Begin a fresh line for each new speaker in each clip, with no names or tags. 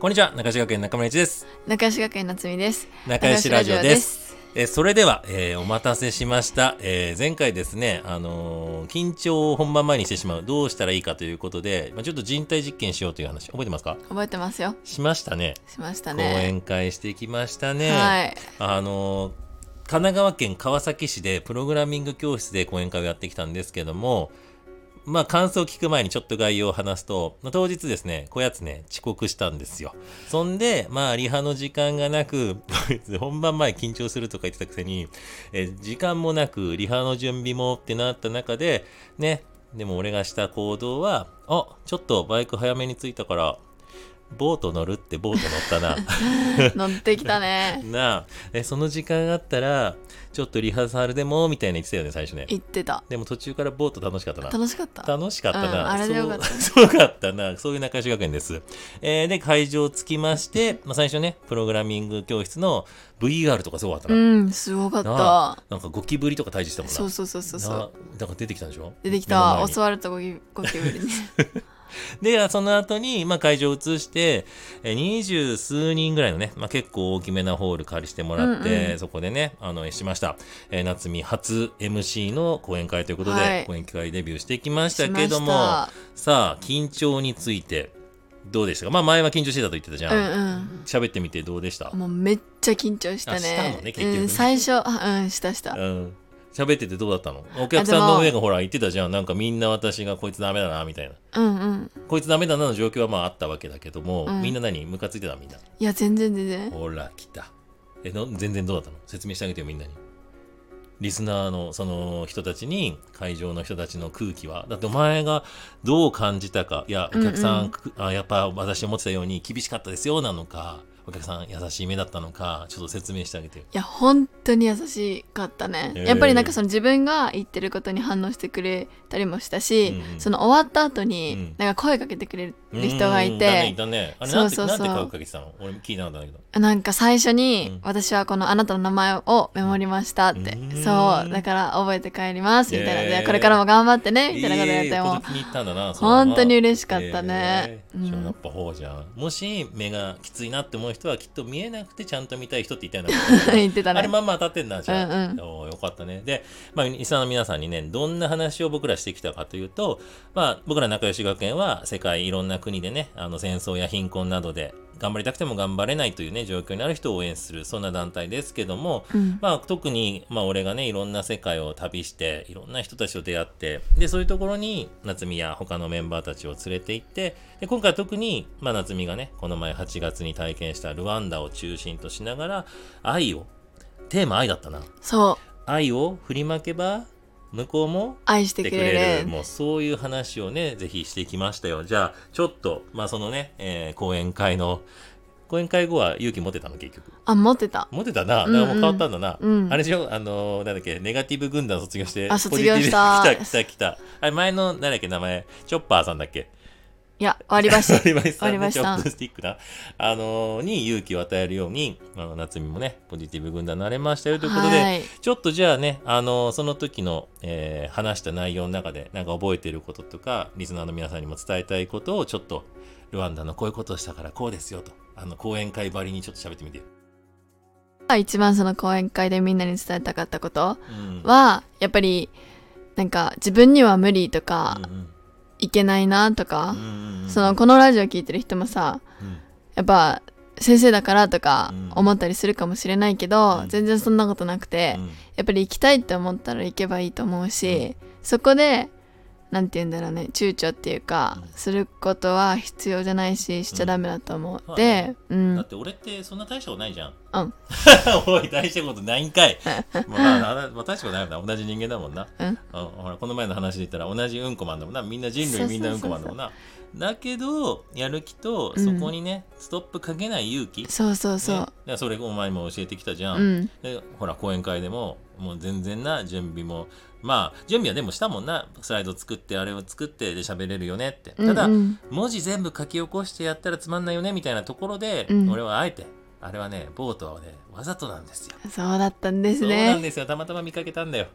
こんにちは中志学園中村一です
仲良し学園夏美です
仲良しラジオです
す
えーそれでは、えーお待たせしました、えー前回ですね、あのー緊張を本番前にしてしまうどうしたらいいかということで、まあ、ちょっと人体実験しようという話覚えてますか
覚えてますよ
しましたね
しました
講
ね
演会してきましたね、
はい
あのー神奈川県川崎市でプログラミング教室で講演会をやってきたんですけどもまあ感想を聞く前にちょっと概要を話すと、まあ当日ですね、こやつね、遅刻したんですよ。そんで、まあリハの時間がなく、こ いつ本番前緊張するとか言ってたくせに、えー時間もなく、リハの準備もってなった中で、ね、でも俺がした行動は、あ、ちょっとバイク早めに着いたから、ボート乗るってボート乗ったな。
乗ってきたね
なあえその時間あったらちょっとリハーサルでもみたいな言ってたよね最初ね
行ってた
でも途中からボート楽しかったな
楽しかった
楽しかったな、
うんあれでよかった
そうそうだったなそういう仲良し学園です、えーで会場着きまして、まあ、最初ねプログラミング教室の VR とかすごかった
う
な,、
んすごかっ
な
た
あなんかゴキブリとか退治したもんな
そうそうそうそうそう
ななんか出てきたんでしょ
出てき
目の
た
前に
襲われたゴキゴキ ブリに
で、あその後に、まあ、会場を移して、えー二十数人ぐらいのね、まあ、結構大きめなホール借りしてもらって、
うんう
そこでね、あの、しました。えー夏美初 MC の講演会ということで、
はい
講演会デビューしてきまし
したま
けど
し
も、
た
さあ、緊張について、どうでしたかまあ、前は緊張してたと言ってたじゃ。
うんん
喋、ってみてどうでした
うんもうめっちゃ緊張した
あした
ね
のね結局ね
うん最初あうんしたした
うん。喋っててどうだったのお客さん
あで
の
も
上がほら言ってたじゃん。なんかみんな私がこいつダメだな、みたいな。
うんうん
こいつダメだなの状況はまああったわけだけども、
うん
みんな何ムカついてたみんな。
いや全然全然
ほら、来た。え、の全然どうだったの説明してあげてよ、みんなに。リスナーの、その人たちに、会場の人たちの空気は。だってお前がどう感じたか。いや、お客さん、
うんうん
くあやっぱ私思ってたように厳しかったですよ、なのか。お客さん優しい目だったのか、ちょっと説明してあげてよ。
いや本当に優しかったね、
えー
やっぱりなんかその自分が言ってることに反応してくれたりもしたし、
うんうん
その終わった後
うん
になんか声かけてくれる人がい
うん
て、
いたね、いたね。あれ
そ
なん
う
て、
そうそう
なんて顔かけてたの俺聞いたんだけど。
なんか最初
うん
に「私はこのあなたの名前をメモりました」って、
うん
そうだから覚えて帰りますみたいなので、
えー
これからも頑張ってねみたいなことやっ
え
て
ー
も
こと気に入ったんだな。それは
本当に嬉しかったね、
えー
うん
やっぱほうじゃん。もし目がきついなって思う人はきっと見えなくてちゃんと見たい人っていたようなもんだね。
言ってた
あれ
ね
まんま当たってんな、じゃあ。
うんうん
おーよかったね。で、まあ、リスナーの皆さんにね、どんな話を僕らしてきたかというと、まあ、僕ら仲良し学園は世界いろんな国でね、あの戦争や貧困などで頑張りたくても頑張れないというね、状況にある人を応援する、そんな団体ですけども、
うん
まあ、特に、まあ、俺がねいろんな世界を旅していろんな人たちと出会ってでそういうところに夏美や他のメンバーたちを連れて行ってで今回は特に、まあ、夏美がねこの前8月に体験したルワンダを中心としながら愛をテーマ愛だったな
そう
愛を振りまけば向こうも
愛して
て
く
く
れる
れるもうそういう話をねぜひしてきましたよじゃあちょっとまあそのね、えー講演会の講演会後は勇気持てたの結局
あ持ってた
モテたな、
うんうん
なんかもう変わったんだな。
うん
あれでしょあのーなんだっけ、ネガティブ軍団卒業して、
あ卒業した
ポジティブ来た来た来た。あれ前の、なんだっけ、名前、チョッパーさんだっけ。
いや割 り箸
割り箸さん
割り
ね、
箸
チョ
さん
ップスティックな。あのーに勇気を与えるように、あの夏美もね、ポジティブ軍団になれましたよということで、
はい
ちょっとじゃあね、あのーその時の、えー話した内容の中で、なんか覚えていることとか、リスナーの皆さんにも伝えたいことを、ちょっと、ルワンダのこういうことをしたからこうですよと、あの、講演会ばりにちょっと喋ってみてよ。
一番その講演会でみんなに伝えたかったこと
うん
はやっぱりなんか自分には無理とか
うんうん
いけないなとか
う、んうんうん
そのこのラジオ聞いてる人もさ
うん
やっぱ先生だからとか
うん
思ったりするかもしれないけど、
うん
全然そんなことなくて、
うん
やっぱり行きたいって思ったら行けばいいと思うし、そこでなんて言うんだろうね躊躇っていうか、
うん
することは必要じゃないししちゃダメだと思う、
うん
で、うん
だって俺ってそんな大したことないじゃん。
うん
おい、大したことないんかい。まあ、あまあ、大したことないもんな。同じ人間だもんな。
うん
ほら、この前の話で言ったら同じうんこマンだもんな。みんな人
そ
類み
うそうそうそう
んなうんこマンだもんな。だけど、やる気と、
うん
そこにね、ストップかけない勇気。
そうそうそう、
ねだからそれお前も教えてきたじゃん。
うん
でほら講演会でももう全然な準備もまあ準備はでもしたもんなスライド作ってあれを作ってで喋れるよねってただ、
うんうん
文字全部書き起こしてやったらつまんないよねみたいなところで、
うん
俺はあえてあれはねボートはねわざとなんですよ
そうだったんです
そうなん
ね
ですよたまたま見かけたんだ よ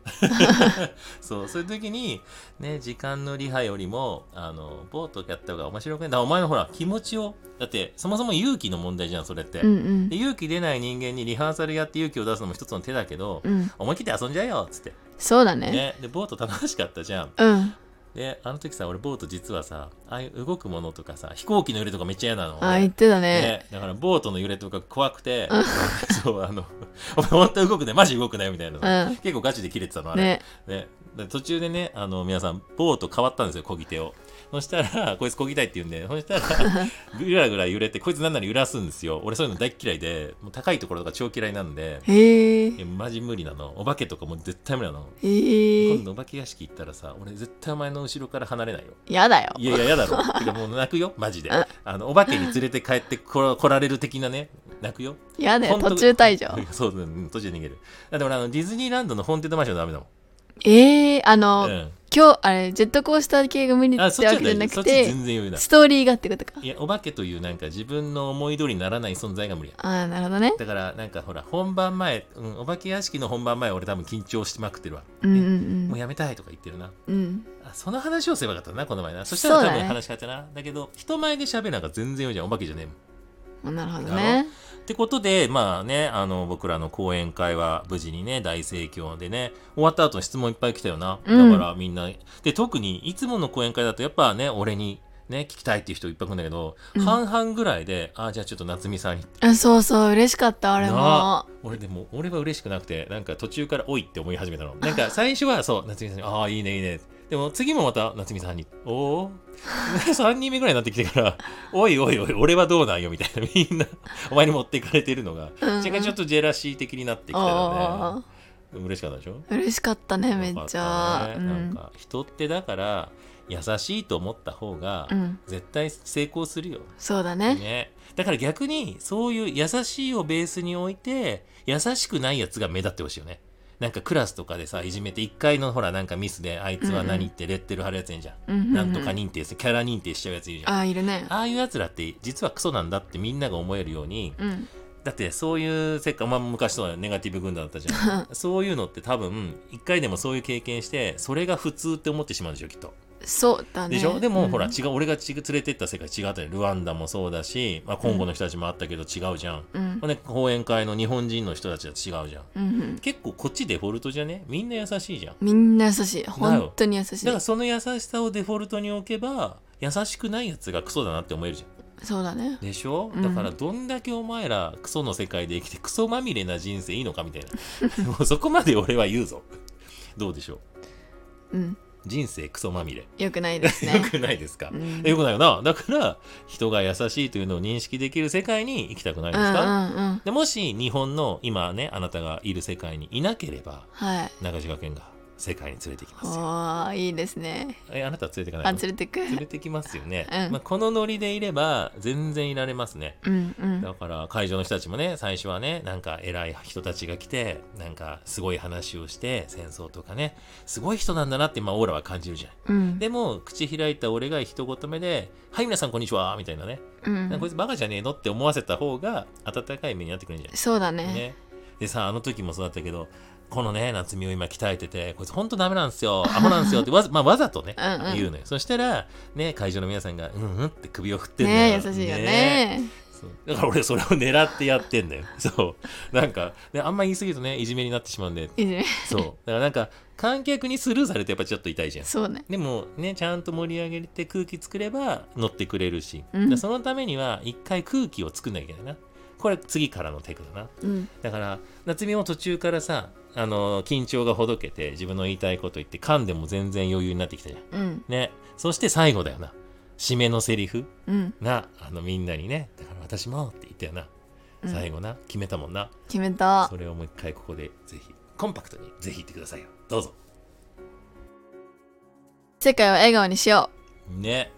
そうそういう時にね時間のリハよりもあのボートやった方が面白くないだからお前のほら気持ちをだってそもそも勇気の問題じゃんそれって、
うんうん
で勇気出ない人間にリハーサルやって勇気を出すのも一つの手だけど、
うん
思い切って遊んじゃえよっつって、
そうだね
ね、でボート楽しかったじゃん
うん
であの時さ俺ボート実はさああいう動くものとかさ飛行機の揺れとかめっちゃ嫌なの
あ言
俺
ってたね
ね、だからボートの揺れとか怖くて そうあの「お前本当動くねマジ動くね」みたいなさ、
うん
結構ガチで切れてたのあれ、
ね
ね、で途中でねあの皆さんボート変わったんですよ漕ぎ手をそしたら こいつ漕ぎたいって言うんでそしたら ぐらぐら揺れてこいつなんなら揺らすんですよ俺そういうの大っ嫌いでもう高いところとか超嫌いなんで
へえ
いやマジ無理なのお化けとかも絶対無理なの
へ
今
え
度お化け屋敷行ったらさ俺絶対お前の後ろから離れないよ
やだよ
いやいや、やだろ。てかもう泣くよ、マジで。あの、お化けに連れて帰ってこ来られる的なね、泣くよ。
やだよ
ほんと
途中退場
そう、うん、途中で逃げる。だって俺、あの、ディズニーランドのホーンテッドマンションはダメだもん。
ええあの、
うん。
今日あれジェットコースター系が無理って
あ、
わ
そっちは
けじゃ
大丈
な
夫。そ
く
っち
て
全然余裕だ。
ストーリーがってことか
いや、お化けというなんか自分の思い通りにならない存在が無理や。
ああなるほどね
だから、なんかほら、本番前、うん、お化け屋敷の本番前、俺多分緊張しまくってるわ。
うんう
ね
ん
もうやめたいとか言ってるな。
うんうん
あその話をすればよかったな、この前な。そしたら
そう
多
だね
分話し方な。だけど、人前で喋るなんか全然余裕じゃん。お化けじゃねえもん。
もうなるほどね
ってことで、まあね、あの、僕らの講演会は無事にね、大盛況でね、終わった後に質問いっぱい来たよな。
うん
だからみんな、で、特にいつもの講演会だとやっぱね、俺にね、聞きたいっていう人いっぱい来るんだけど、
うん
半々ぐらいで、あ、じゃあちょっと夏美さんにって。
あそうそう嬉しかったあれ
な
も
あ俺でも、俺は嬉しくなくて、なんか途中からおいって思い始めたの。なんか最初はそう、夏美さんに、ああ、いいね、いいね。でも次もまた夏美さんに、おお 3人目ぐらいになってきてから、おいおいおい、俺はどうなんよ、みたいな、みんな、お前に持っていかれてるのが、
うん
それがちょっとジェラシー的になってきたよ
あ
ね。嬉しかったでしょ
嬉しかったねめっちゃ、
よかった
う
ねなん
ん
か人ってだから優しいと思った方が
うん
絶対成功するよ。
そうだね
ね。だから逆にそういう優しいをベースに置いて優しくないやつが目立ってほしいよね。なんかクラスとかでさいじめて1回のほらなんかミスであいつは何言ってレッテル貼るやついるじゃん。
うんうんうん
なんとか認定するキャラ認定しちゃうやついるじゃん。
ああいるね
ああいうやつらって実はクソなんだってみんなが思えるように
うん
だってそういうせっかまあ昔そうだよネガティブ軍団だったじ ゃんそういうのって多分一回でもそういう経験してそれが普通って思ってしまうんでしょきっと
そうだね
でしょ、でも、
うん
ほら違う俺が違う連れてった世界違ったりルワンダもそうだし、まあ、今後の人たちもあったけど違うじゃん、
うん
ね、講演会の日本人の人たちは違うじゃん
うんうん
結構こっちデフォルトじゃねみんな優しいじゃん
みんな優しい本当に優し
だから
い
その優しさをデフォルトに置けば優しくないやつがクソだなって思えるじゃん
そうだね
でしょ、
うん
だからどんだけお前らクソの世界で生きてクソまみれな人生いいのかみたいな もうそこまで俺は言うぞどうでしょう
うん
人生クソまみれ、
よくないです
よ
ね
くないですか、
うん
よくないよなだから人が優しいというのを認識できる世界に生きたくないですか、
うんうんうん
でもし日本の今ねあなたがいる世界にいなければ
はい
中島健が世界に連れてきますよ
おーいいですね
えあなたは連れてかな
あ
い
連
の
れてく
連れてきますよね、
うん
まあ、このノリでいれば全然いられますね
うんうん
だから会場の人たちもね最初はねなんか偉い人たちが来てなんかすごい話をして戦争とかねすごい人なんだなってまあオーラは感じるじゃん
うん
でも口開いた俺が一言目で「はい皆さんこんにちは」みたいなね、
う
なんかこ
ん
いつバカじゃねえのって思わせた方が温かい目になってくるんじゃ
そうだ
ない、
ね
ね、でさあの時もそうだったけどこのね夏美を今鍛えててこいつほんとダメなんです よアホなんですよってわざ,、まあ、わざとね
うんうん
言うのよそしたらね会場の皆さんが「うんうん」って首を振ってんだ
ね
よ
優しいよね
そうだから俺それを狙ってやってんだよ そうなんか、ね、あんま言い過ぎるとねいじめになってしまうんで
いいね
そうだからなんか観客にスルーされてやっぱちょっと痛いじゃん
そうね
でもねちゃんと盛り上げて空気作れば乗ってくれるし、
うん
だからそのためには一回空気を作んなきゃいけないなこれ次からのテクだな
うん
だから夏美も途中からさあの緊張がほどけて自分の言いたいこと言って噛んでも全然余裕になってきたじゃん
うん
ねそして最後だよな締めのセリフ
うん
なあのみんなにねだから私もって言ったよな
うん
最後な、決めたもんな
決めた
それをもう一回ここでぜひコンパクトにぜひ言ってくださいよどうぞ
世界を笑顔にしよ
ね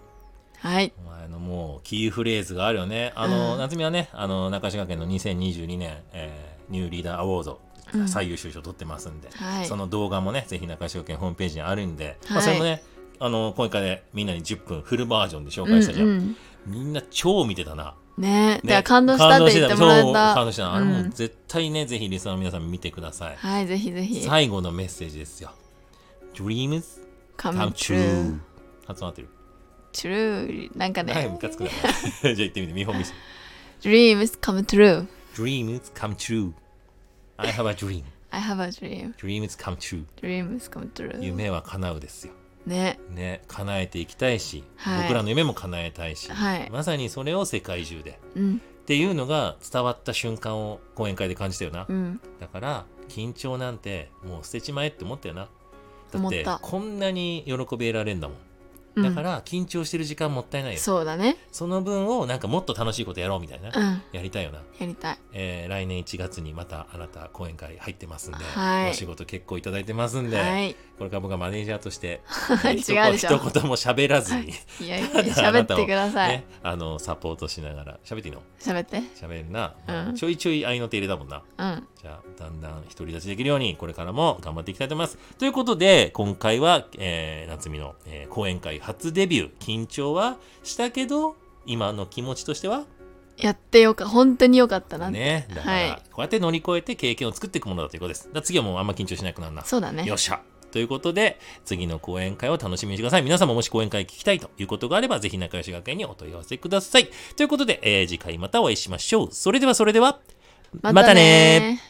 うはい
お前のもうキーフレーズがあるよねあの、
うん
夏美はねあの中島県の2022年、えーニューリーダーアワード
うん
最優秀賞取ってますんで、
はい
その動画もねぜひ中島県ホームページにあるんで、ま
は
あ、
い
それもねあの今回でみんなに10分フルバージョンで紹
うん
介したじゃん、
うん
みんな超見てたな
ねだから
ね
感動したって言ってもらえ
そう
た
感動した。あれ
う
も
ん
絶対ね、ぜひリスナーの皆さん見てください。
はいぜひぜひ
最後のメッセージですよ。Dreams come
Come true
true. 発音合ってる。
true なんか
はい、
ね
ムカつくな。 じゃあ言ってみて、見本見せて。
dreams come true
Dreams come true. I have a dream.
I have a dream
Dreams come true.
dreams come true
夢は叶うですよ。
ね
ね、叶えていきたいし、
はい
僕らの夢も叶えたいし、
はい
まさにそれを世界中で。
うん
っていうのが伝わった瞬間を講演会で感じたよな。
うん
だから緊張なんてもう捨てちまえって思ったよなだ
思
っ
ってた
こんなに喜び得られるんだもん
うん
だから緊張してる時間もったいないよ、
そうだね
その分をなんかもっと楽しいことやろうみたいな、
うん
やりたいよな、
やりたい
えー来年1月にまたあなた講演会入ってますんで、
はい
お仕事結構いただいてますんで、
はい
これから僕はマネージャーとして、
違うでし
一
ょ
言一言も喋らずに、
いやいや
ただあ
喋
な
った
を
てください
ね、あのサポートしながら喋っていいの
喋って
喋るな、
うん
ちょいちょい合いの手入れだもんな
うん
じゃあ、だんだん独り立ちできるように、これからも頑張っていきたいと思います。ということで、今回は、えー、夏美の、えー講演会初デビュー、緊張はしたけど、今の気持ちとしては、
やってよか本当によかったなって
ね、だから、
はい
こうやって乗り越えて経験を作っていくものだということです。だから次はもうあんま緊張しなくなるな。
そうだね
よっしゃということで、次の講演会を楽しみにしてください。皆さんももし講演会聞きたいということがあれば、ぜひ仲良し学園にお問い合わせください。ということで、えー次回またお会いしましょう。それではそれでは、
またねー